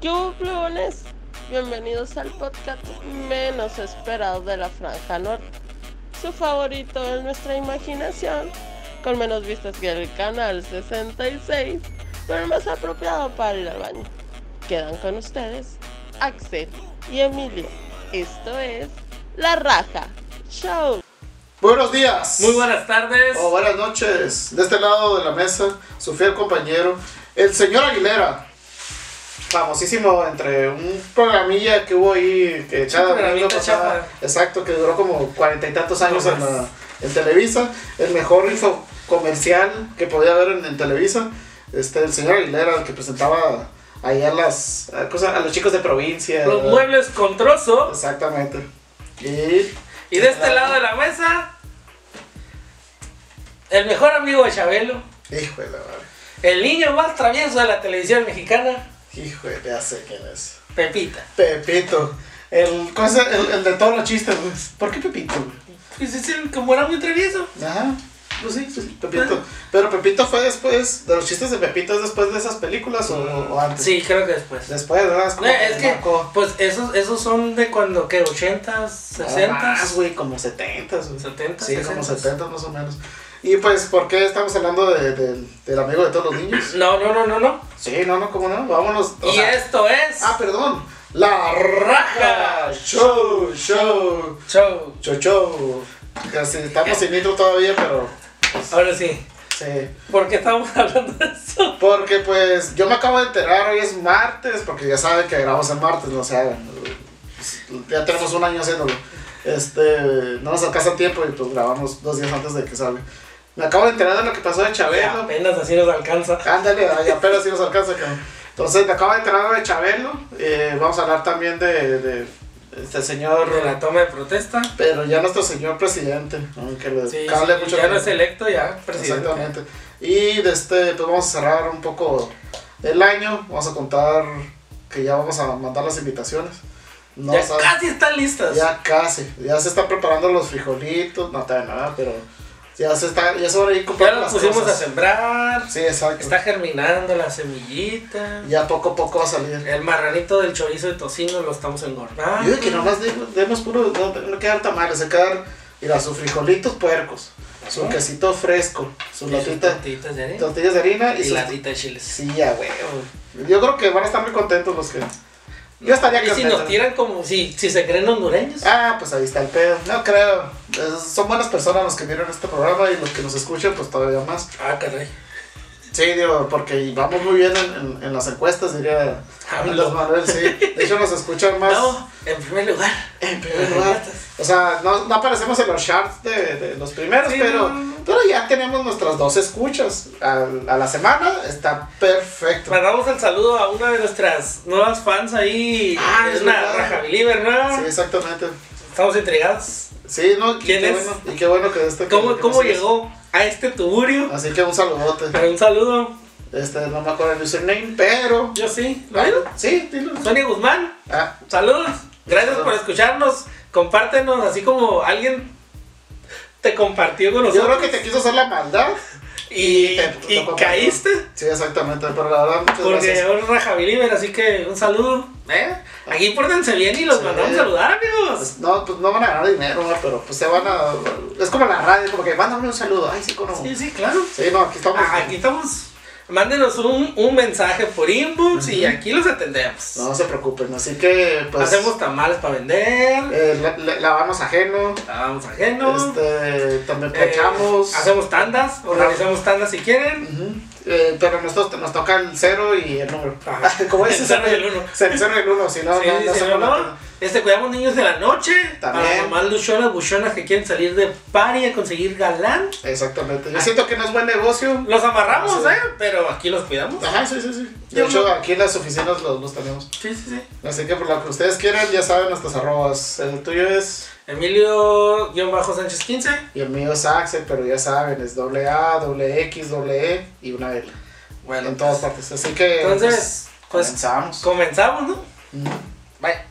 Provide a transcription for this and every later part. ¿Qué hubo, plebones? Bienvenidos al podcast menos esperado de la Franja Norte. Su favorito es nuestra imaginación, con menos vistas que el canal 66, pero más apropiado para ir al baño. Quedan con ustedes Axel y Emilio. Esto es La Raja Show. Buenos días. Muy buenas tardes. O buenas noches. De este lado de la mesa, su fiel compañero, el señor Aguilera. Famosísimo entre un programilla que hubo ahí que echaba programita pasada. chafa. Exacto, que duró como cuarenta y tantos años en, la- en Televisa. El mejor info comercial que podía haber en, en Televisa. Este, el señor Aguilera, el que presentaba ahí a las a, cosas- a los chicos de provincia. Los ¿verdad? muebles con trozo. Exactamente. Y Y de este lado de la mesa, el mejor amigo de Chabelo. híjole, madre. El niño más travieso de la televisión mexicana, Híjole, ya sé quién es. Pepita. Pepito. El, ¿cómo es el, el- el de todos los chistes, güey. ¿Por qué Pepito, güey? Pues es el como era muy travieso. Ajá. Pues sí, pues sí, Ah. Pepito. Pero Pepito fue después, de los chistes de Pepito es después de esas películas o, o antes. Sí, creo que después. Después, ¿verdad? Es, No, como es que, marcó. pues esos, esos son de cuando, ¿qué? ¿80s? Nada Más, ¿60s? Ah, güey, como 70, güey. 70s, Sí, como 60s. 70 más o menos. Y pues, ¿por qué estamos hablando de- del- del amigo de todos los niños? No, no, no, no, no. Sí, no, no, cómo no. Vámonos. o Y sea- esto es. Ah, perdón. La raja. Show, show. Show. Chocho, casi estamos sin intro todavía, pero Ahora sí. sí. ¿Por qué estamos hablando de eso? Porque pues yo me acabo de enterar, hoy es martes, porque ya saben que grabamos en martes, no se hagan. Ya tenemos un año haciéndolo. Este, no nos alcanza tiempo y pues grabamos dos días antes de que salga. Me acabo de enterar de lo que pasó de Chabelo. Apenas así nos alcanza. Ándale, ay, apenas si nos alcanza, cabrón. Entonces me acabo de enterar de Chabelo. eh, vamos a hablar también de, de este señor, De la toma de protesta. pero ya nuestro señor presidente, aunque le Sí, cable sí, mucho ya no es tiempo. electo, ya presidente. Exactamente. Y de este, pues vamos a cerrar un poco el año. Vamos a contar que ya vamos a mandar las invitaciones. No, ya o sea, casi están listas. ya casi. Ya se están preparando los frijolitos. No todavía nada, pero ya se está, ya es hora de ir Ya comprando las las pusimos a cosas. sembrar. Sí, exacto. Está germinando la semillita. Ya poco a poco va a salir. El marranito del chorizo de tocino lo estamos engordando. Yo digo que nomás de- demos puro, no, no quedar tamales, hay que dar, mira, sus frijolitos puercos, su Ajá. quesito fresco, su ¿Eh? Y sus latita, tortillitas de harina. tortillas de harina y, Y sus- latita de chiles. Sí, ya, güey. Yo creo que van a estar muy contentos los que. Yo estaría Y si contento. nos tiran como si, si se creen hondureños. Ah, pues ahí está el pedo. No creo. Es- Son buenas personas los que vieron este programa y los que nos escuchan, pues todavía más. Ah, caray. Sí, digo, porque vamos muy bien en, en- en las encuestas, diría AMLO. Andrés Manuel, sí. De hecho, nos escuchan más. No, en primer lugar. En primer lugar. O sea, no, no aparecemos en los charts de, de los primeros, Sí, pero, no. pero ya tenemos nuestras dos escuchas al- a, la semana. Está perfecto. Mandamos el saludo a una de nuestras nuevas fans ahí. Ah, es es una verdad. raja believer nueva. Sí, exactamente. Estamos intrigados. Sí, no, y ¿Quién qué es? bueno, y qué bueno que este ¿Cómo, que- cómo que- llegó a este tuburio? Así que un saludote. Pero un saludo. Este, no me acuerdo el username, pero. Yo sí. ¿Lo vieron? Sí, dilo. Sonia Guzmán, Ah, saludos. Gracias Saludos. por escucharnos. Compártenos, así como alguien te compartió con yo creo nosotros que te quiso hacer la maldad. y, te- te y compartió. caíste. Sí, exactamente, pero la verdad, muchas Porque gracias. llegó el Raja Believer, así que un saludo. ¿eh? Aquí pórtense bien y los Sí. mandamos saludar, amigos. No, pues no van a ganar dinero, ¿no? pero pues se van a. Es como la radio, como que mándame un saludo. Ay, sí, como. Sí, Sí, sí, claro. no, aquí estamos. Ah, aquí estamos. Mándenos un, un mensaje por inbox y aquí los atendemos. No se preocupen, así que pues. Hacemos tamales para vender, Eh, la- la- lavamos ajeno. lavamos ajenos. Este, también Eh, planchamos. hacemos tandas, organizamos tandas si quieren. Ujú. Eh, pero nosotros nos toca el cero y el número. Ajá. ¿Cómo es? El cero y el uno. El cero y el uno, si no, Sí, no, no si se no, conoce. no. Este, cuidamos niños de la noche. Para las También. mamás luchonas, buchonas que quieren salir de party a conseguir galán. Exactamente. Yo siento que no es buen negocio. Los amarramos, Sí. ¿eh? Pero aquí los cuidamos. Ajá, sí, sí, sí. De Yo hecho, no. aquí en las oficinas los, los tenemos. Sí, sí, sí. Así que por lo que ustedes quieran, ya saben nuestras arrobas. El tuyo es. Emilio-Sánchez 15. Y el mío es Axel, pero ya saben, es doble A, doble X, doble E y una L. Bueno, pues, en todas partes. Así que. entonces, pues, pues comenzamos. comenzamos, ¿no? Bye.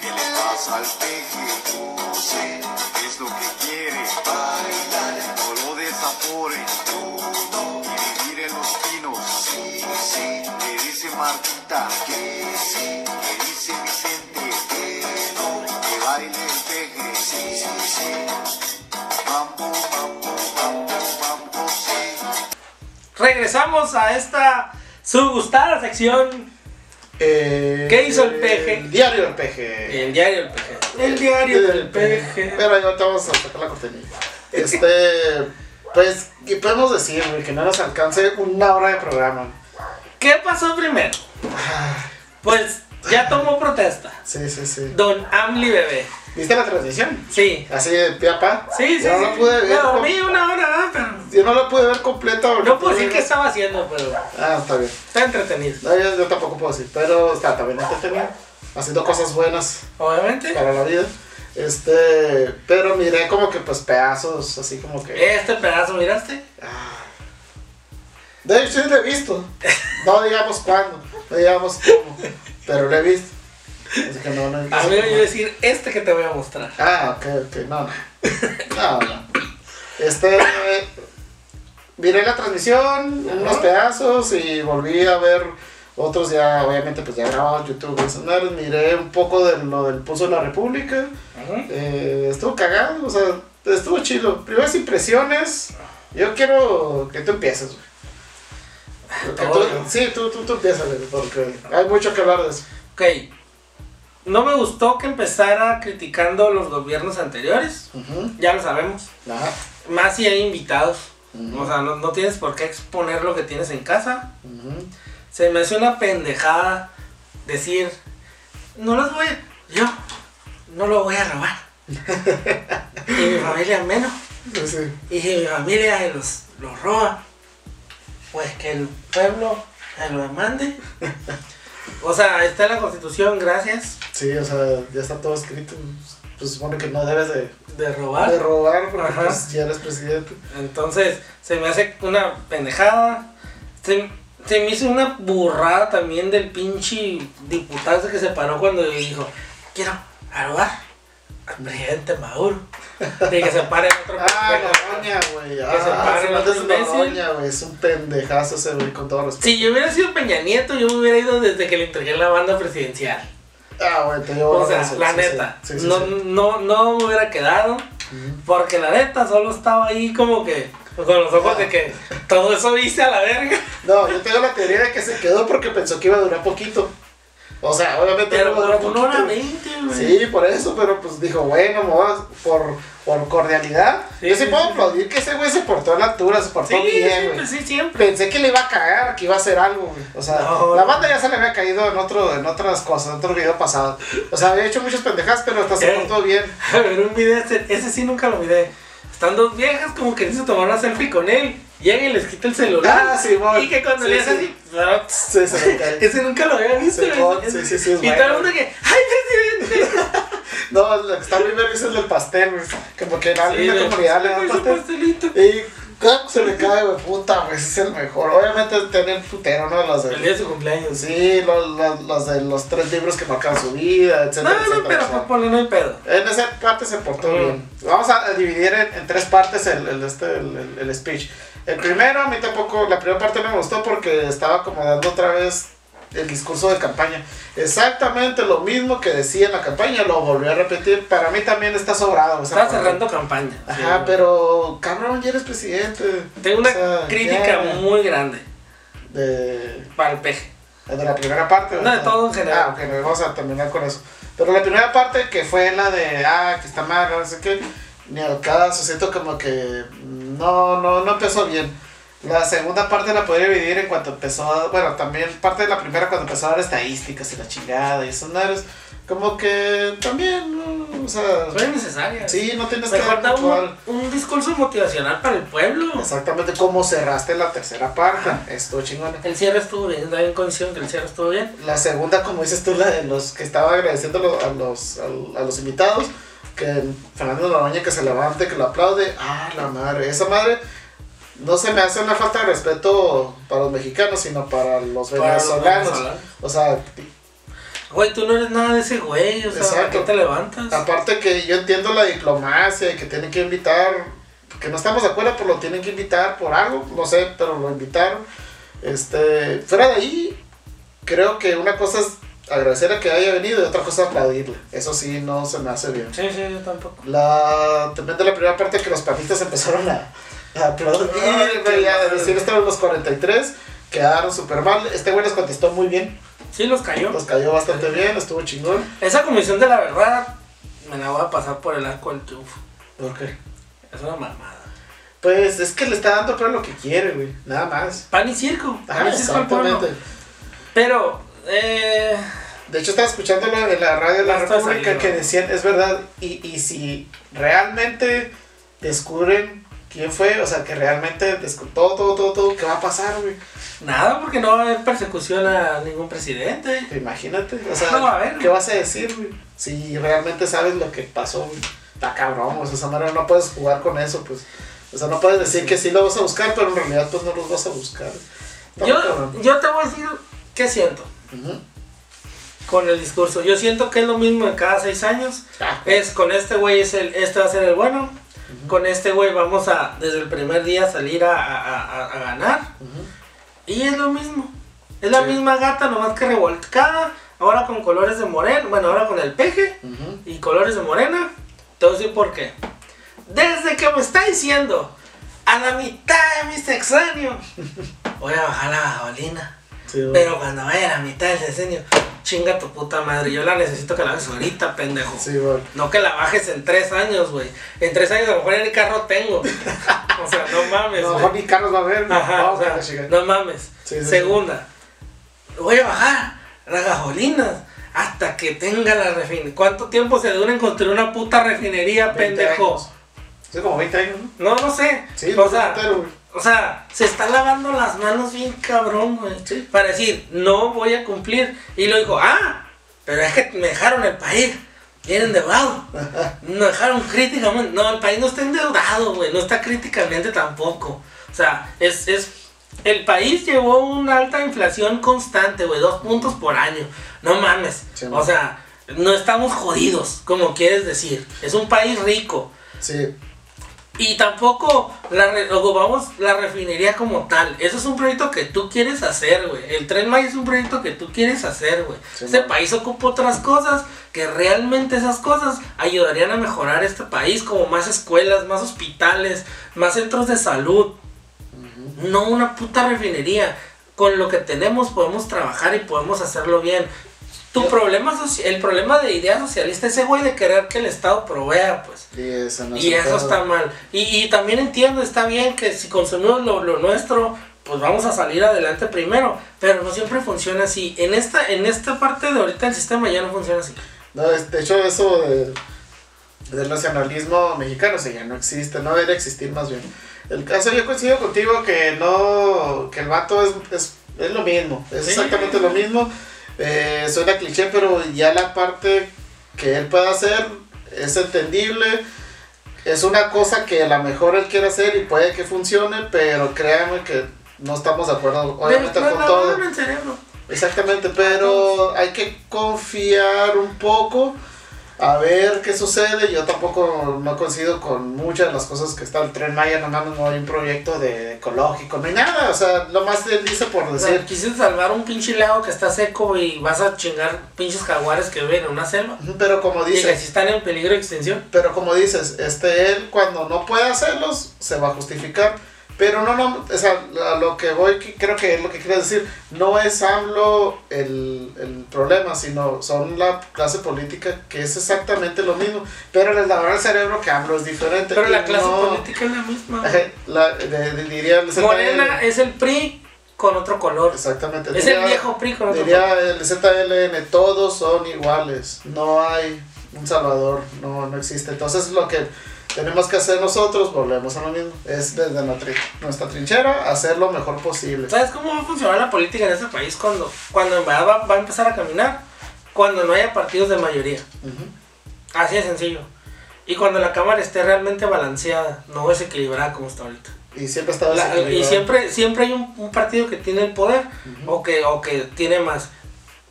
que le pasa al peje? No sé, es lo que quiere bailar, polvo de sabores, todo y vivir en los pinos. Sí, sí, le dicen Martita, que sí, que dice Vicente, que no, que baile el peje, sí, sí, sí. Mambo, mambo, mambo, mambo, sí. Regresamos a esta su gustada sección, Eh, ¿Qué hizo el peje? El diario del peje. el diario del PG. El diario del PG. Eh, Pero ahí no te vamos a sacar la cortinilla. Este, pues, ¿qué podemos decir, güey? Que no nos alcance una hora de programa. ¿Qué pasó primero? Pues ya tomó protesta. Sí, sí, sí. Don Amli Bebé. ¿Viste la transmisión? Sí. Así de pie a pa. Sí, sí, Yo sí. no la pude Me ver. dormí una hora, ¿verdad? pero... Yo no la pude ver completa. porque No pues, puedo decir tuve- qué estaba haciendo, pero Ah, está bien. está entretenido. No, yo, yo tampoco puedo decir, pero está también entretenido. Haciendo cosas buenas Obviamente. para la vida. Este, pero miré como que pues pedazos, así como que. Este pedazo, ¿miraste? ah. De hecho, sí lo he visto. No digamos cuándo, no digamos cómo, pero lo he visto. Así que no, no. A mí me iba a decir este que te voy a mostrar. Ah, ok, ok, no, no. No, no. Este. eh, Miré la transmisión, unos pedazos y volví a ver otros ya, obviamente, pues ya grabado YouTube. esos madres. Miré un poco de lo del Pulso de la República. Eh, estuvo cagado, o sea, estuvo chido. Primeras impresiones, yo quiero que tú empieces, güey. Que tú- Todo. sí, tú, tú, tú empiezas, güey, porque hay mucho que hablar de eso. Ok. No me gustó que empezara criticando los gobiernos anteriores. Ujú. Ya lo sabemos. Ajá. Más si hay invitados. Ujú. O sea, no, no tienes por qué exponer lo que tienes en casa. Ujú. Se me hace una pendejada decir, no los voy a... Yo no lo voy a robar. y mi familia menos. Sí, Pues sí. Y si mi familia los, los roba, pues que el pueblo se lo demande. O sea, está en la constitución, gracias, Sí, o sea, ya está todo escrito. Pues supone que no debes de, de de robar. robar porque Ah. Ajá. pues, ya eres presidente. Entonces, se me hace una pendejada. Se, se me hizo una burrada también del pinche diputado ese que se paró cuando dijo, quiero robar al presidente Maduro. De que se pare otro Ah, pendejo. Noroña, güey. Que se Ah, pare se el manda otro ese imbécil. Noroña, güey. Es un pendejazo ese güey, con todo respeto. Si yo hubiera sido Peña Nieto, yo me hubiera ido desde que le entregué la banda presidencial. Ah, güey, te llevo O la sea, razón, la sí, neta, sí, sí, sí, no, sí. No, no me hubiera quedado, Ujú. porque la neta solo estaba ahí como que con los ojos de que todo eso hice a la verga. No, yo tengo la teoría de que se quedó porque pensó que iba a durar poquito. O sea, obviamente Pero iba a durar por una hora poquito. veinte, güey. Sí, por eso, pero pues dijo, bueno, me voy a- por, por cordialidad. Sí, yo sí, sí, puedo sí. aplaudir que ese güey se portó a la altura, se portó Sí, bien, güey. siempre, sí, siempre. Pensé que le iba a cagar, que iba a hacer algo, güey. O sea, No. la banda ya se le había caído en otro, en otras cosas, en otro video pasado. O sea, había hecho muchas pendejadas, pero hasta se Eh. portó bien. A ver, un video, ese, ese sí nunca lo miré. Están dos viejas como que se tomar una selfie con él. Llega y les quita el celular. Ah, sí, bueno. y que cuando Sí, le hace sí. así. Sí, se le cae. Ese nunca lo había visto. Sí, güey. bueno, sí, sí, sí, es y bueno. todo el mundo que, ¡ay, presidente! No, lo que está muy nervioso es el del pastel, güey. Que porque en Sí, alguien de güey, comunidad le da pues, un su pastel. pastelito. Y ¡clac! se le cae, güey, puta, güey, ese es el mejor. Obviamente tener putero, ¿no? Los El día de, de su cumpleaños. sí, los, los, los de los tres libros que marcan su vida, No, etcétera, no, etcétera. pero etcétera. por poner no hay pedo. En esa parte se portó bien. Vamos a dividir en, en tres partes el, el, este, el, el- el speech. El primero, a mí tampoco, la primera parte no me gustó porque estaba acomodando otra vez el discurso de campaña. Exactamente lo mismo que decía en la campaña, lo volvió a repetir. Para mí también está sobrado. esa Estaba parte. cerrando campaña. Ajá, Sí. pero cabrón, ya eres presidente. Tengo una O sea, crítica ya, muy grande De, para el peje. de la primera parte. No, ¿verdad? de todo en general. Ah, ok, nos vamos a terminar con eso. Pero la primera parte que fue la de, ah, que está mal, no sé qué, ni al caso, siento como que mm, no, no, no empezó bien. La segunda parte la podría dividir en cuanto empezó, a- bueno, también parte de la primera cuando empezó a dar estadísticas y la chingada y esos madres, como que también, no, o Fue sea, innecesaria. Pues, sí, no tienes que Mejor dar da un, puntual. un discurso motivacional para el pueblo. Exactamente como cerraste la tercera parte, esto chingona. El cierre estuvo bien, estaba en condición que el cierre estuvo bien. La segunda, como dices tú, la de los que estaba agradeciendo lo- a los, a los, a los invitados, que Fernando Noroña que se levante, que lo aplaude. Ah, la madre, esa madre no se me hace una falta de respeto para los mexicanos, sino para los Para los venezolanos. venezolanos. O sea, Güey, tú no eres nada de ese güey, o sea, ¿para Exacto. qué te levantas? aparte que yo entiendo la diplomacia y que tienen que invitar, que no estamos de acuerdo, pero lo tienen que invitar por algo, no sé, pero lo invitaron. Este, fuera de ahí, creo que una cosa es agradecerle que haya venido y otra cosa aplaudirle. Eso sí, no se me hace bien. Sí, sí, yo tampoco. La, también de la primera parte que los papitas empezaron a, a aplaudir, Ay, güey, a qué decir, madre. estaban los 43, quedaron súper mal. Este güey les contestó muy bien, Sí, los cayó. los cayó bastante bien, estuvo chingón. Esa comisión de la verdad me la voy a pasar por el arco del triunfo. ¿Por qué? Es una mamada. Pues es que le está dando pero lo que quiere, güey, nada más. Pan y circo. Ah, Pan y circo al pueblo. exactamente. Pero, eh, De hecho, estaba escuchando la- en la radio de la Basta de República salir, que ¿no? decían, es verdad, y, y si realmente descubren quién fue, o sea, que realmente descu- todo, todo, todo, todo, ¿qué va a pasar, güey? nada, porque no va a haber persecución a ningún presidente. Imagínate, o sea, No, a ver, ¿qué güey. vas a decir, güey? Si realmente sabes lo que pasó, güey. Está cabrón, o sea, esa manera no puedes jugar con eso, pues. O sea, no puedes decir que sí lo vas a buscar, pero en realidad, pues no los vas a buscar. Está muy Yo, cabrón. yo te voy a decir qué siento Ujú. con el discurso. Yo siento que es lo mismo en cada seis años. Ah, Es con este güey es el, este va a ser el bueno. Con este güey vamos a desde el primer día salir a, a- a- a ganar. ujú. Y es lo mismo. Es la Sí. misma gata, nomás que revolcada. Ahora con colores de morena. Bueno, ahora con el peje Ujú. y colores de morena. Te voy a decir por qué. Desde que me está diciendo a la mitad de mi sexenio, voy a bajar la gasolina. Sí, güey. Pero cuando vaya a la mitad del sexenio, chinga tu puta madre. Yo la necesito que la hagas ahorita, pendejo. Sí, güey. No que la bajes en tres años, güey. En tres años a lo mejor ya ni carro tengo. o sea, no mames. No, güey. mejor ni Carlos va a ver, güey. Ajá, No, o sea, que la chica. no mames. Sí, sí, Segunda, voy a bajar las gasolinas hasta que tenga la refinería. ¿Cuánto tiempo se dura en construir una puta refinería, 20 pendejo? años. Sí, como 20 años, ¿no? No, no sé. Sí, pues, o, sea, entero, güey. o sea, se está lavando las manos bien cabrón, güey. Sí. Para decir, no voy a cumplir. Y lo dijo, ah, pero es que me dejaron el país. Bien endeudado. Nos dejaron críticamente. No, el país no está endeudado, güey. No está críticamente tampoco. O sea, es, es. El país llevó una alta inflación constante, güey. Dos puntos por año. No mames. Sí, o man. sea, no estamos jodidos, como quieres decir. Es un país rico. Sí, Y tampoco la re- ocupamos la refinería como tal. Eso es un proyecto que tú quieres hacer, güey. El Tren Maya es un proyecto que tú quieres hacer, güey. Sí, este man. país ocupa otras cosas que realmente esas cosas ayudarían a mejorar este país, como más escuelas, más hospitales, más centros de salud. No una puta refinería. Con lo que tenemos podemos trabajar y podemos hacerlo bien. Tu problema, soci- el problema de idea socialista, ese güey de querer que el Estado provea, pues. y eso no Y se eso puede. está mal. Y, y también entiendo, está bien que si consumimos lo, lo nuestro, pues vamos a salir adelante primero. Pero no siempre funciona así. En esta, en esta parte de ahorita el sistema ya no funciona así. No, es- de hecho, eso de- del nacionalismo mexicano, o sea, ya no existe, no debería existir más bien. El caso, yo coincido contigo que no, que el vato es, es, es lo mismo, es Sí. exactamente lo mismo. Eh, suena cliché, pero ya la parte que él pueda hacer es entendible. Es una cosa que a lo mejor él quiere hacer y puede que funcione, pero créanme que no estamos de acuerdo, obviamente, Pero con no, todo. no, no, el cerebro. Exactamente, pero hay que confiar un poco a ver qué sucede. Yo tampoco no coincido con muchas de las cosas que está el tren Maya, no mames, no hay un proyecto de ecológico, no hay nada, o sea, lo más él dice por O sea, decir. quise salvar un pinche lago que está seco y vas a chingar pinches jaguares que viven en una selva. Pero como Y que dices, si están en peligro de extinción. pero como dices, este él cuando no puede hacerlos se va a justificar. Pero no, no, o sea, a lo que voy, que creo que es lo que quiero decir, no es AMLO el, el problema, sino son la clase política que es exactamente lo mismo. Pero les lavará el cerebro que AMLO es diferente. Pero y la clase no- política es la misma. Ajá, la- de- de- diría el Morena es el PRI con otro color. Exactamente. Es diría- el viejo PRI con otro color. Diría el ZLN, todos son iguales, no hay un salvador, no, no existe. Entonces lo que tenemos que hacer nosotros, volvemos a lo mismo, es desde nuestra, nuestra trinchera hacer lo mejor posible. ¿Sabes cómo va a funcionar la política en este país cuando, cuando en verdad va, va a empezar a caminar? Cuando no haya partidos de mayoría. Ujú, Así de sencillo. Y cuando la Cámara esté realmente balanceada, no desequilibrada como está ahorita. Y siempre está La- y desequilibrado. siempre, siempre hay un, un partido que tiene el poder Ujú. o, que, o que tiene más.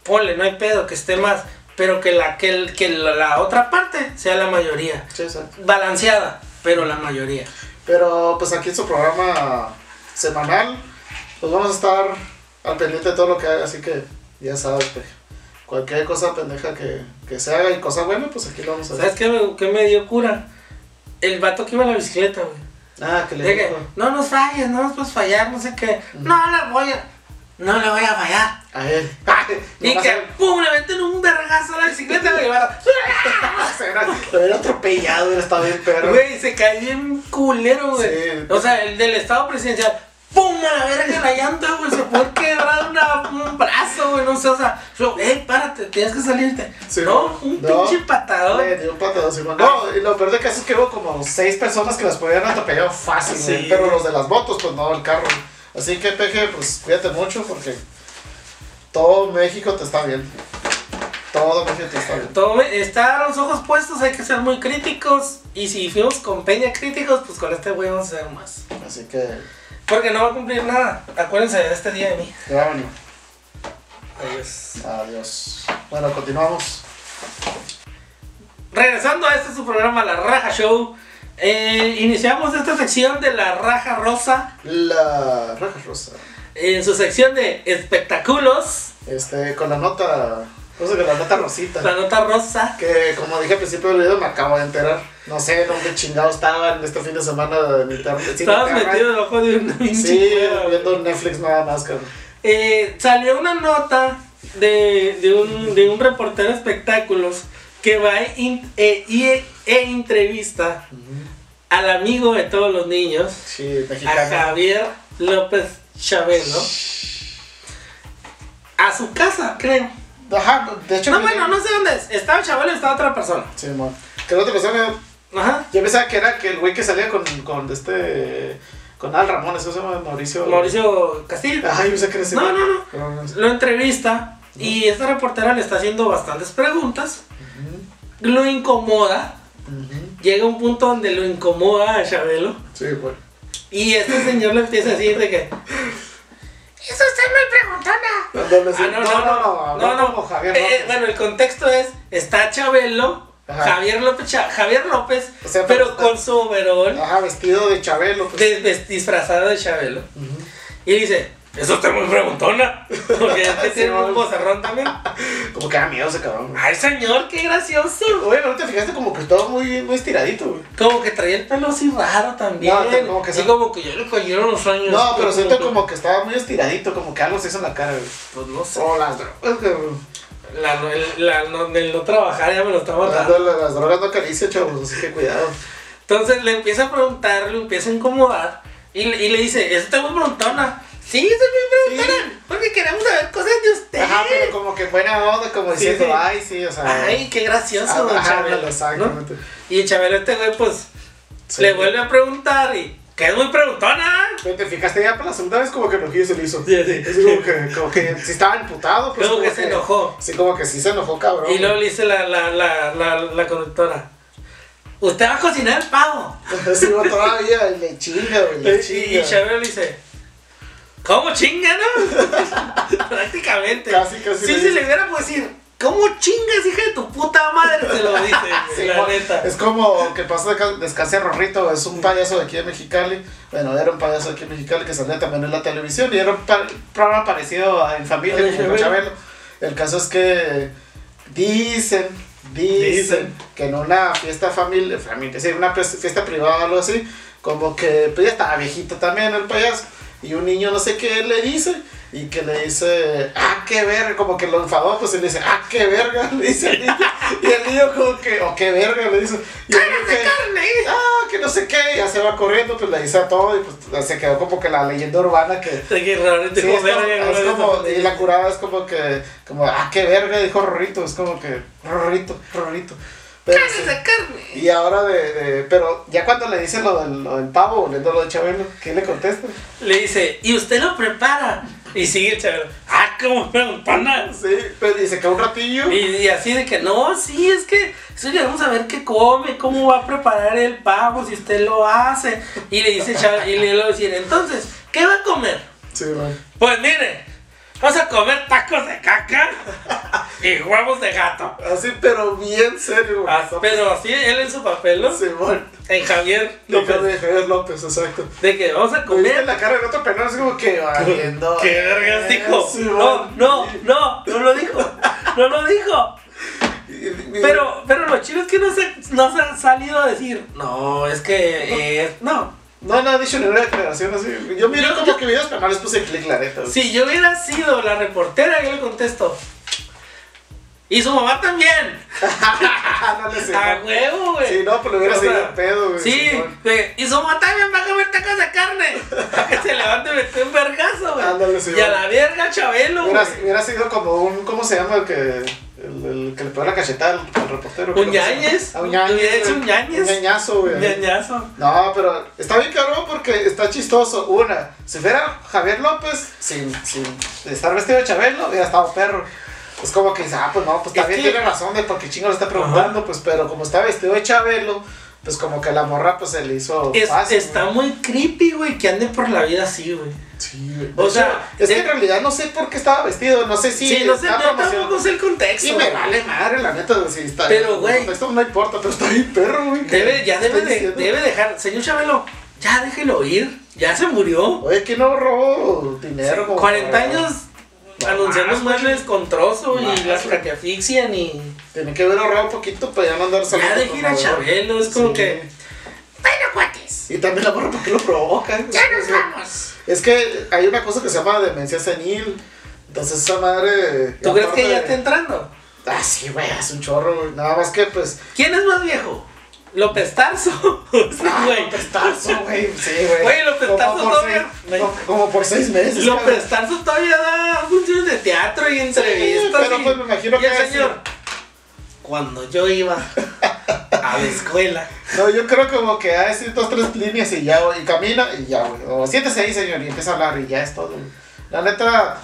Ponle, no hay pedo, que esté más. Pero que la, que el- que la, la otra parte sea la mayoría. Sí, exacto. Balanceada, pero la mayoría. Pero pues aquí en su programa semanal, pues vamos a estar al pendiente de todo lo que haga, así que Ya sabes, peje. Cualquier cosa pendeja que, que se haga y cosa buena, pues aquí lo vamos a ver. ¿Sabes qué me, qué me dio cura? El vato que iba a la bicicleta, güey. Ah, que De le que, dijo. no nos falles, no nos puedes fallar, no sé qué. No la voy a. No le voy a fallar. A él. Y Nomás que, a él. pum, le meten un vergazo a la bicicleta, güey. y va- ah, Se hubiera- Lo hubiera atropellado, hubiera estado bien perro. Güey, se cayó bien culero, güey. Sí. O sea, el del estado presidencial. ¡Pum! A la verga la llanta, güey. Se fue quebrado una- un brazo, güey. No sé, o sea, yo, ¡eh, párate! Tienes que salirte. Sí. no, un No. pinche patadón. Le dio un patadón, sí, bueno. No, y lo peor de caso es que hubo como seis personas que las podían atropellar fácil, Sí. güey, pero los de las motos, pues no, el carro. Así que, Peje, pues cuídate mucho porque todo México te está viendo. Todo México te está viendo. Tome, estar los ojos puestos, hay que ser muy críticos. Y si fuimos con Peña críticos, pues con este güey vamos a ser más. Así que, Porque no va a cumplir nada. Acuérdense de este día de mí. ya bueno, Adiós. adiós. Bueno, continuamos. Regresando a este su programa, La Raja Show. eh, iniciamos esta sección de La Raja Rosa. La raja rosa. en su sección de espectáculos, Este, con la nota, no sé, con la nota rosita. la nota rosa. Que como dije al principio del video, me acabo de enterar. No sé dónde chingado estaban este fin de semana en internet. sin Estabas internet. metido debajo de un Sí, viendo Netflix nada más, cabrón. Eh, salió una nota de, de, un, de un reportero de espectáculos que va e, in- e- y- e entrevista al amigo de todos los niños, Sí, a mexicano. Javier López Chabelo, a su casa, creo. Ajá, de hecho. No, vi- bueno, no sé dónde es. Estaba Chabelo, estaba otra persona. Sí, mon. Que la otra persona. Ajá. Yo pensaba que era que el güey que salía con, con este. Con Al Ramón, eso se llama Mauricio. Mauricio Castillo. Ajá, yo pensé que era ese. No, güey. no, no. Pero no sé. lo entrevista y esta reportera le está haciendo bastantes preguntas. Lo incomoda. Ujú. Llega un punto donde lo incomoda a Chabelo. Sí, bueno. Y este señor le empieza a decir de que. Eso usted me preguntona. Donde sí- Ah, no, no, no, no, no. como Javier Eh, eh, López. bueno, el contexto es: está Chabelo, Ajá. Javier López, Cha- Javier López, O sea, pero pero- Ah. con su overol Ajá, vestido de Chabelo. pues. disfrazado de Chabelo. Ujú. Y dice: Eso usted muy preguntona. Porque es que tiene un vocerrón también. Como que da miedo ese cabrón. güey. Ay, señor, qué gracioso. Oye, ¿no te fijaste como que estaba muy, muy estiradito, güey? Como que traía el pelo así raro también. No, te- como que y se- como que ya le cayeron los años. No, pero siento que- Este, como que estaba muy estiradito, como que algo se hizo en la cara, güey. Pues no sé. O las drogas, cabrón. La, el, la- no, el no trabajar ya me lo está matando. Las, las drogas no acarician, chavos, así que cuidado. Entonces le empieza a preguntar, le empieza a incomodar. Y, le- y le dice, eso está muy preguntona. Sí, eso es muy preguntona. Porque queremos saber cosas de usted. Ajá, pero como que buena onda, como Sí, diciendo, sí. ay, sí, o sea. Ay, qué gracioso, ah, don ajá, Chabelo, ándale, ¿no? exactamente. Y el Chabelo este güey, pues, Sí. le vuelve a preguntar y... Que es muy preguntona. Pero ¿Te fijaste ya para la segunda vez como que enojillo se le hizo? Sí, sí. Es como que, como que si estaba imputado, pues. Luego que se enojó. Sí, como que sí se enojó, cabrón. Y luego le dice la, la, la, la, la conductora. Usted va a cocinar el pavo. Sí, güey, todavía y le chinga, güey, Y, le Eh, y chinga. Chabelo le dice, ¿cómo chinga, no? Prácticamente. Casi, casi Sí, le si dice. le hubiera pues decir, ¿cómo chingas, hija de tu puta madre? Se lo dice, Sí, la güey. neta. Es como que pasó de descanse Rorrito, es un payaso de aquí de Mexicali. Bueno, era un payaso de aquí de Mexicali que salía también en la televisión y era un pa- programa parecido a En Familia, Ay, como con Chabelo. Chabelo. El caso es que dicen, dicen, Dicen. que en una fiesta familia, familia sí, una pres- fiesta privada o algo así, como que pues ya estaba viejito también el payaso. Y un niño no sé qué le dice. Y que le dice, ah, qué verga, como que lo enfadó, pues y le dice, ah, qué verga, le dice el niño. Y el niño como que, oh, qué verga, le dice. Y el niño que, ah, que no sé qué, y ya se va corriendo, pues le dice a todo y pues se quedó como que la leyenda urbana que... Está que raro, este Sí, es joven, como- es verga, güey, como- esta y la curada es como que, como, ah, qué verga, dijo Rorrito, es como que, Rorrito, Rorrito. Pero sí. Y ahora de, de- pero ya cuando le dicen lo del, lo del pavo, volviendo a lo de Chabelo, ¿qué le contesta? Le dice, ¿y usted lo prepara? Y sigue el Chabelo, ¡ah, cómo preguntona! Sí, pero dice que un ratillo. Y, y así de que no, sí, es que sí, le vamos a ver qué come, cómo va a preparar el pavo, si usted lo hace. Y le dice Chava- y le lo decir, entonces, ¿qué va a comer? Sí, bueno. Pues mire, vamos a comer tacos de caca, y huevos de gato. Así, pero bien serio, güey. Ah, Pero así, él en su papel, ¿no? Simón. En Javier No, López. de Javier López, exacto. De que vamos a Lo viste comer. en la cara del otro penal, así como que valiendo. ¿Qué vergas dijo? Simón. No, no, no, no lo dijo. No lo dijo. Y- y- Pero, pero lo chido es que no se, no se han salido a decir. No, es que. eh, no. No, no ha dicho ninguna declaración así. Yo miré Yo- como que videos penales puse clic, la neta. güey. Si yo hubiera sido la reportera, yo le contesto. Y su mamá también. Ah, no le sé. A huevo, güey. Sí, no, pero le hubiera O sea, seguido el pedo, güey. Sí, Simón. güey, y su mamá también va a comer tacos de carne. Para que se levante y me esté un vergazo, güey. Ándale, sí, Y a güey. la verga, Chabelo, güey. Hubiera, hubiera sido como un. ¿Cómo se llama el que, el, el que le pegó la cachetada al, al reportero? Un ñañez. A Ah, un ñañez. Hubiera hecho un güey. ñañez. Un ñañazo, güey. Ñañazo. No, pero está bien cabrón porque está chistoso. Una, si fuera Javier López sin, sin estar vestido de Chabelo, hubiera estado perro. Es como que dice, ah, pues no, pues Es también que- tiene razón de por qué chingo lo está preguntando, pues, pero como está vestido de Chabelo, pues como que a la morra pues se le hizo Es- fácil. está güey. muy creepy, güey, que ande por la vida así, güey. Sí, güey. o De sea, hecho, es que eh, en realidad no sé por qué estaba vestido, no sé si Sí, no sé, está no, tampoco promocionando. sé el contexto. Y me vale madre, la neta, si está Pero, el güey. contexto no importa, pero está bien perro, güey. Debe, ya ¿Qué debe, estoy de, diciendo? debe dejar. Señor Chabelo, ya déjelo ir. Ya se murió. Oye, que no robó dinero. como 40 para- años No anunciando más, muebles con trozo No y más, las güey. que asfixian y. Tiene que haber ahorrado un poquito para ya no andar Ya saliendo. deja ir a como- Chabelo, es como Sí. que. Bueno, cuates, Y también la morra porque lo provoca. ya nos Es- vamos. Es que hay una cosa que se llama demencia senil. Entonces esa madre. ¿Tú crees que ya aparte- está entrando? Ah, sí, güey, es un chorro, güey. Nada más que pues. ¿Quién es más viejo? López Tarso. Sí, güey. Ah, López Tarso, güey. Sí, güey. Güey, López Como Tarso por todavía- seis- como- Como por seis meses. cabrón. López Tarso todavía da funciones de teatro y entrevistas. pero y- pues me imagino y que el ha de señor. Cuando yo iba a la escuela. No, yo creo como que ha de decir dos, tres líneas y ya, güey. Y camina y ya, güey. O siéntese ahí, señor, y empieza a hablar y ya es todo. güey. La neta,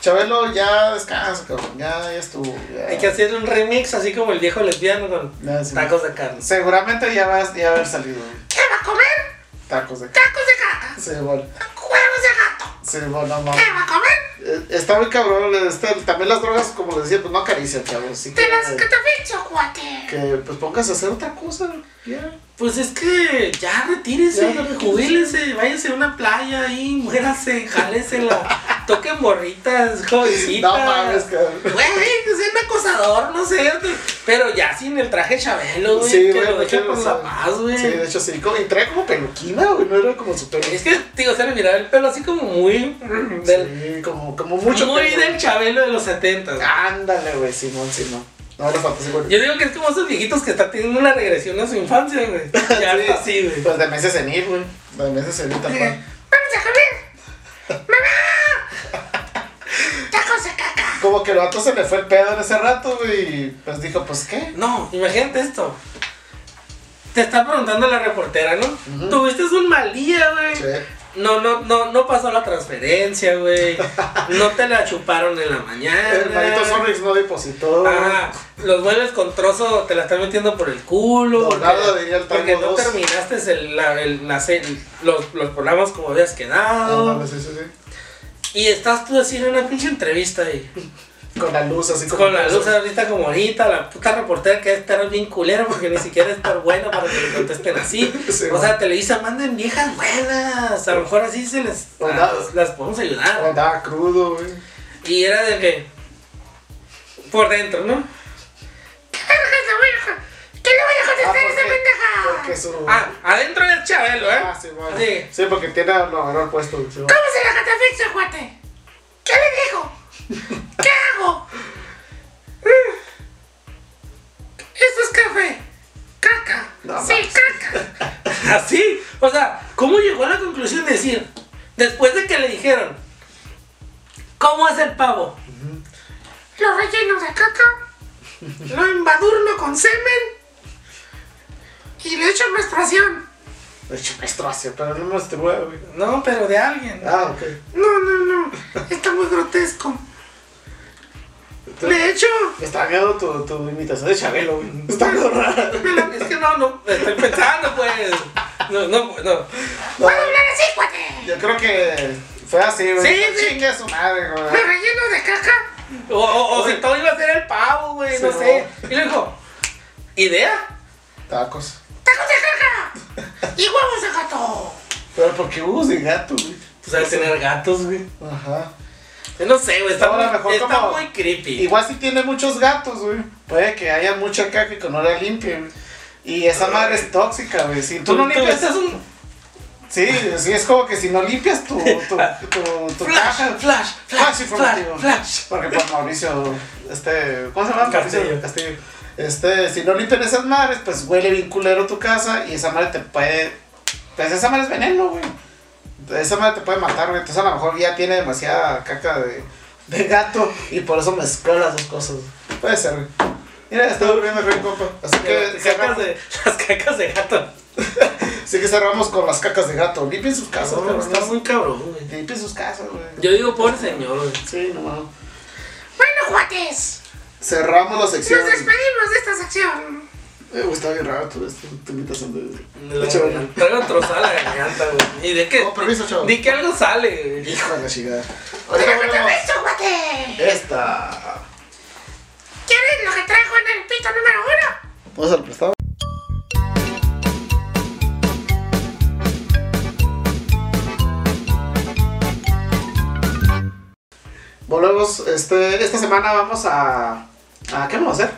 Chabelo, ya descansa, cabrón. Ya, ya estuvo. ya. Hay que hacer un remix así como el viejo lesbiano con No, Ah, sí. tacos de carne. Seguramente ya va ya va a haber salido, güey. ¿Qué va a comer? Tacos de Tacos de caca. Se bueno, Huevos de gato. se bueno, no. ¿Qué va a comer? Eh, Está muy cabrón. este, también las drogas, como les decía, pues no acarician, cabrón. Sí que, Te las que te pincho, cuate. que, pues póngase a hacer otra cosa. Ya. Pues es que ya retírese, Ya, retírese. jubílese, váyase a una playa ahí, muérase, jálesela, toquen borritas, jovencitas. No mames, cabrón. Güey, que sea un acosador, no sé, otro- pero ya sin el traje Chabelo, güey, Sí, que güey. lo porque, dejen por o sea, la paz, güey. Sí, de hecho sí. Como, y trae como peluquina, güey. No era como su pelo. Es que, tío, se le miraba el pelo así como muy del, Sí, como, como mucho. muy pelo. del Chabelo de los 70. Ándale, güey, Simón, Simón. No le falta, sí, güey. Yo digo que es como esos viejitos que están teniendo una regresión a su infancia, güey. Ya Sí. está así, güey. Pues de meses senil, güey. De meses senil tampoco. ¡Vamos a comer! ¡Mamá! ¡Tacos de caca! Como que el vato se le fue el pedo en ese rato, güey. Y pues dijo, pues qué. No, imagínate esto. Te está preguntando la reportera, ¿no? Ujú. Tuviste un mal día, güey. Sí. No, no, no, no pasó la transferencia, güey. No te la chuparon en la mañana. El manito Sonrix no depositó. eh, Ajá, los muebles con trozo te la están metiendo por el culo. porque- Donado diría el tango Porque no dos. terminaste el- la- el- la se- los, los programas como habías No, quedado. Ah, mames, sí, sí, sí. y estás tú así en una pinche entrevista ahí. Con la luz, así como. Con la luz ah. ahorita como ahorita, la puta reportera que debe estar bien culera porque ni siquiera es tan buena para que le contesten así. Sí, o man. sea, Televisa, manden viejas buenas. A lo mejor así se les O las- nada. las podemos O ayudar. Andaba crudo, güey. Y era de que por dentro, ¿no? ¿Qué le voy a Ah, contestar porque- porque su. Ah, adentro es Chabelo, ¿eh? Ah, sí, bueno. Sí. Sí, porque tiene a lo menor puesto. güey, sí, bueno. ¿Cómo se la catafixa, cuate? ¿Qué le digo? ¿Qué hago? Esto es café. Caca. No sí, caca. Así. O sea, ¿cómo llegó a la conclusión de decir, después de que le dijeron, ¿cómo es el pavo? Lo relleno de caca, lo embadurno con semen y le echo menstruación. De hecho, menstruación, pero no me estrua, güey. No, pero de alguien. Ah, ok. No, no, no. Está muy grotesco. Entonces, De hecho, Está cagado tu, tu imitación de Chabelo, güey. Está algo rara. es que no, no, estoy pensando, pues. No, no, no. No, así, cuate! yo creo que fue así, güey. Sí, sí. Chingue a su madre, güey. relleno de caca? O, o, o si todo iba a ser el güey, no Sí, sé. Y le dijo, ¿idea? Tacos. ¡Tacos de caca! ¡Y huevos de gato! Pero porque hubo de gato, güey. Tú sabes Pues tener gatos, güey. Ajá. Yo no sé, güey, está, No, a lo muy, mejor está como- muy creepy. Igual si tiene muchos gatos, güey. Puede que haya mucha caca que no la limpie, güey. Y esa madre es tóxica, güey. Si tú no limpias. ese es un Sí, sí, es como que si no limpias tu, tu, tu, tu caja. flash, flash, flash, flash, informativo. flash. Porque por Mauricio, este, ¿cómo se llama? Mauricio Castillo. Castillo. Este, si no limpian esas madres, pues huele bien culero tu casa y esa madre te puede, pues esa madre es veneno, güey. Esa madre te puede matar, güey. Entonces a lo mejor ya tiene demasiada caca de, de gato y por eso mezcló las dos cosas. Puede ser, güey. Mira, está durmiendo el copa. Así que, Las cacas cerramos, de- Las cacas de gato. así que cerramos con las cacas de gato. Limpien sus casas, No, cabrones. está muy cabrón, güey. Limpien sus casas, güey. Yo digo, pobre señor, güey. Sí, no mames. Bueno, juates, Cerramos la sección. despedimos de esta sección. Eh, güey, está bien raro todo esto. Te invitas a De hecho, bueno. La, traigo trozada la garganta, güey. Y de que, Con Oh, permiso, chavo. de que algo sale, güey. Hijo de la chingada. Ahorita volvemos. guate! Esta. ¿Quieres lo que traigo en el pito número uno? ¿Vamos al prestado? Volvemos. Este, esta semana vamos a, a. ¿Qué vamos a hacer?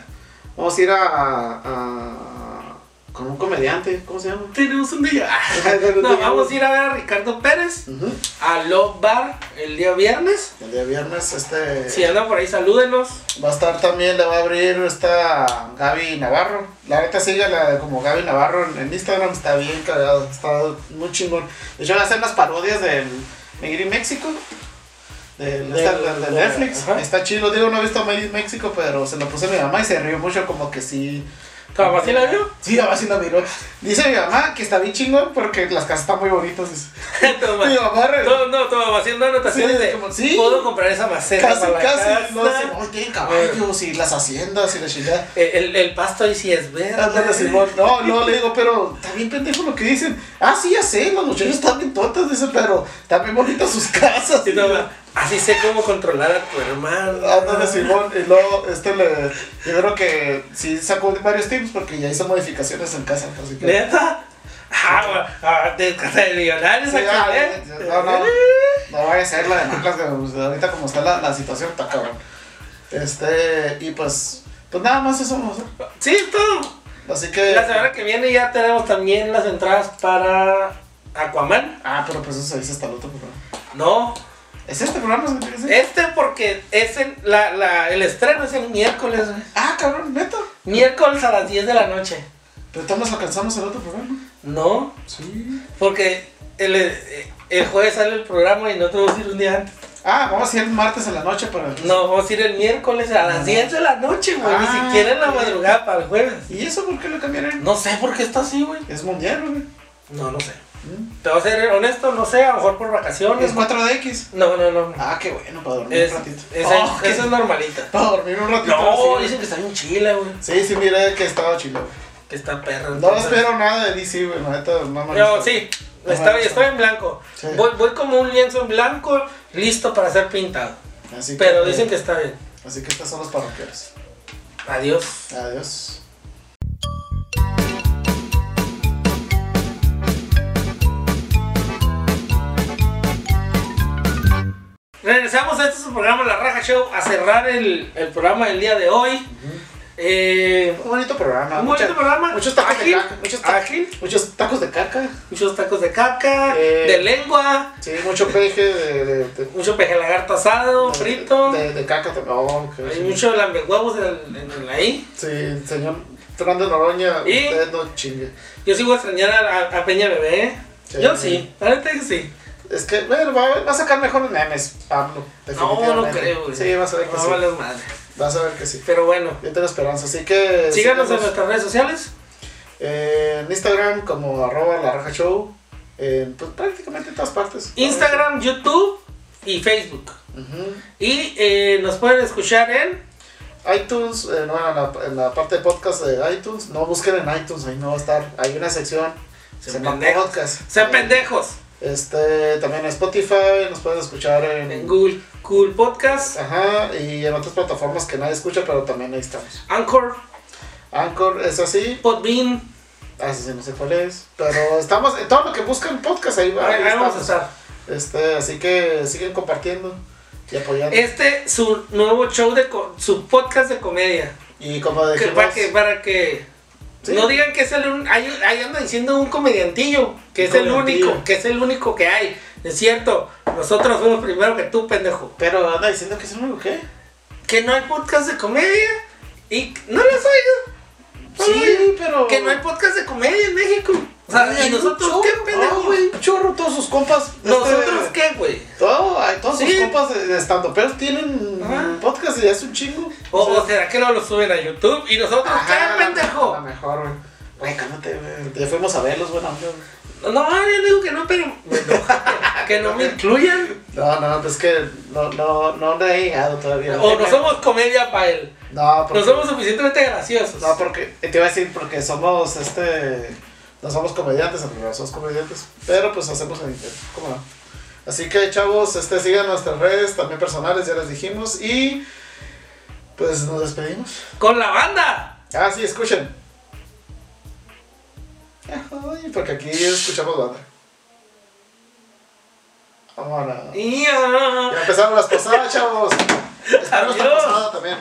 Vamos a ir a. a- a- con un comediante. ¿Cómo se llama? Tenemos un día. Un no, día, vamos a güey. ir a ver a Ricardo Pérez Ujú. a Love Bar el día viernes. El día viernes, este. Si anda por ahí, salúdenos. Va a estar también, le va a abrir esta Gaby Navarro. La neta sígala como Gaby Navarro en, en Instagram, está bien cagado, está muy chingón. De hecho, va a hacer unas parodias del Made in México, del, Del- esta- del- del de- Netflix. ajá. Está chido, digo, no he visto Made in México, pero se lo puse a mi mamá y se rió mucho, como que sí. ¿Tu mamá sí la vio? Sí, mi mamá sí la miró. Dice mi mamá que está bien chingón porque las casas están muy bonitas. dice. Tu mamá- Mi mamá re- No, no, tu mamá haciendo anotaciones Sí, de. como- sí. Puedo comprar esa maceta. Casi, para la casi. No, casa? sí, no, tienen caballos y las haciendas y la chingada. El, el- el pasto ahí sí es verde. Ándale, Simón. No, no, le digo, pero está bien pendejo lo que dicen. Ah, sí, ya sé, los muchachos están bien tontas, dicen, pero están bien bonitas sus casas. Sí, no, ma, así sé cómo controlar a tu hermano. Ándale, Simón. Y luego, este le. Yo creo que sí sacó varios tips porque ya hizo modificaciones en casa. Así que. ¿Neta? Ah, ma, ah, de casa de millonarios Sí, acá, ah, ¿eh? no, no, no vaya a ser la de Maclas, que, pues, ahorita como está la, la situación, está cabrón. Este, y pues, pues nada más eso vamos a hacer. Sí, todo. Así que. La semana que viene ya tenemos también las entradas para Aquaman. Ah, pero pues eso se dice hasta el otro programa. No, ¿Es este programa? ¿Es este? este porque es el, la, la- el estreno es el miércoles, güey. Ah, cabrón, neta. Miércoles a las 10 de la noche. Pero todos nos alcanzamos el otro programa. No, Sí. porque el, eh, el jueves sale el programa y no tenemos que ir un día antes. Ah, vamos a ir el martes en la noche para. No, vamos a ir el miércoles a las 10 de la noche, güey. Ah, ni siquiera en la ok. madrugada para el jueves. ¿Y eso por qué lo cambiaron? No sé por qué está así, güey. Es mundial, güey. No, no sé. Mm. Te voy a ser honesto, no sé, a lo mejor por vacaciones. Es 4DX. No, no, no. no. Ah, qué bueno, para dormir Es, un ratito. esa, Oh, qué- esa es normalita. Para dormir un ratito. No, sí. dicen que está bien chila, güey. Sí, sí, mira que estaba chido. güey. Que está perra. No entonces- espero nada de DC, güey. La neta, no me No, gusta. sí. No me Está, gusta. estoy en blanco. Sí. Voy, voy como un lienzo en blanco, listo para ser pintado. Así Pero dicen que está bien. Así que estas son los parroquianos. Adiós. Adiós. Regresamos a este su programa La Raja Show a cerrar el, el programa del día de hoy. Eh, Un bonito programa. un bonito mucha- programa. Muchos tacos Ágil, de caca. Muchos, ta- ágil. muchos tacos de caca. Muchos tacos de caca, Eh, de lengua, Sí, mucho peje de. de, de- mucho peje lagarto asado, frito. De, de caca también. Oh, qué hay chido. mucho lambehuevos en, el- en el ahí. Sí, señor Fernando Noroña, ¿Y? usted no chingue. Yo sigo a extrañar a, a- a Peña Bebé. ¿eh? Sí. Yo sí, la neta que sí. Es que, bueno, va, va a sacar mejores memes, Pablo. No, no definitivamente. creo. güey. Sí, vas a ver que No sí. vale madre. Vas a ver que sí. Pero bueno, Yo tengo esperanza. Así que. síganos en nuestras redes sociales. eh, en Instagram como arroba la raja show. En, pues prácticamente en todas partes. Instagram, YouTube y Facebook. Ujú. Y eh, nos pueden escuchar en iTunes, eh, no, en, la, en la parte de podcast de iTunes. No busquen en iTunes, ahí no va a estar. Hay una sección. Sean se llama pendejos. Podcast. Sean Ahí. pendejos. Este, también en Spotify, nos pueden escuchar en, En Google, Google Podcast, Ajá, y en otras plataformas que nadie escucha, pero también ahí estamos. Anchor, Anchor es así, Podbean. ah, sí, sí, no sé cuál es, pero estamos, en todo lo que buscan podcast ahí, va, Ahí ahí vamos a estamos. estar. Este, así que siguen compartiendo y apoyando. Este, su nuevo show, de co- su podcast de comedia. y como Que dijimos, para que, para que Sí. no digan que es el único, ahí, ahí anda diciendo un comediantillo, que Un es el comediantillo. único, que es el único que hay. Es cierto, nosotros fuimos primero que tú, pendejo. pero anda diciendo que es un nuevo, ¿qué? Que no hay podcast de comedia y no lo has oído. No lo has Sí, oído. pero... Que no hay podcast de comedia en México. O sea, Ay, ¿y nosotros chorro, qué, pendejo, ah, güey? Chorro, todos sus compas. este, ¿Nosotros qué, güey? Todo, ay, todos sus Sí. compas de, de stand-uperos tienen Ajá. podcast y es un chingo. O, o será que no lo suben a YouTube? ¿Y nosotros Ajá, qué, A pendejo? lo mejor, güey. Güey, cálmate, güey. Ya fuimos a verlos, buena onda, güey. No, yo digo que no, pero me enoja que no me incluyan. No, no, pues que no, no, no le he llegado todavía. O no somos comedia para él. No, porque, No somos suficientemente graciosos. no, porque eh, te iba a decir porque somos este no somos comediantes, en realidad somos comediantes, pero pues hacemos el intento, ¿cómo no? Así que chavos, este sigan nuestras redes también personales, ya les dijimos y pues nos despedimos. Con la banda. Ah, sí, escuchen. Ay, porque aquí escuchamos banda. Vámonos. Ya empezaron las posadas, chavos. Esperemos la Adiós. posada también.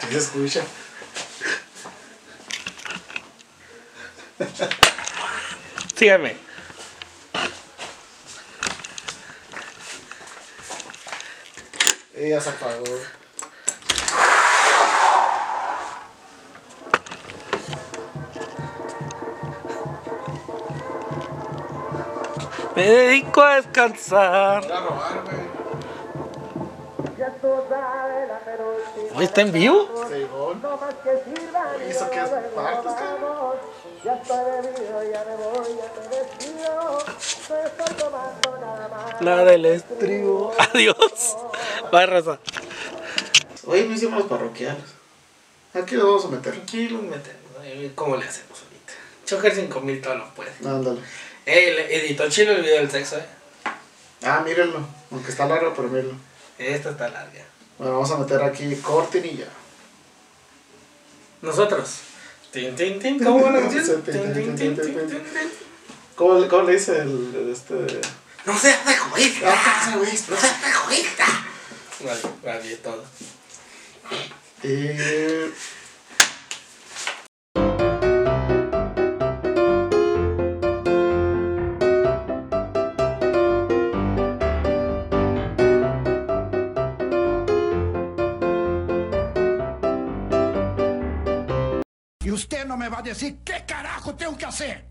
¿Qué se escucha? Síganme. Ella Eh, se apagó. Me dedico a descansar. a robar, güey. ¿Hoy está en vivo? Este, Según. Oye, ¿Eso qué es partes, cabrón? Ya estoy bebido, ya me voy, ya me despido. No estoy tomando nada más. La del estribo. Adiós. Bye, raza. Oye, no hicimos los parroquiales. Aquí lo vamos a meter. Tranquilos, metemos. ¿Cómo le hacemos ahorita? Choker 5000 todo lo puede. Ándale. Ey, el editor chino el video del sexo, eh. Ah, mírenlo. Aunque está largo, pero mírenlo. Esta está larga. Bueno, vamos a meter aquí cortinilla. Nosotros. Tin, tin, tin. ¿Cómo van a decir? Tin, Tin, tin, tin, tin, tin, tin. ¿Cómo, le- cómo le dice el, el este? No seas egoísta. Ah, güey. No seas egoísta. Vale, vale, todo. Eh... Y usted no me va a decir qué carajo tengo que hacer.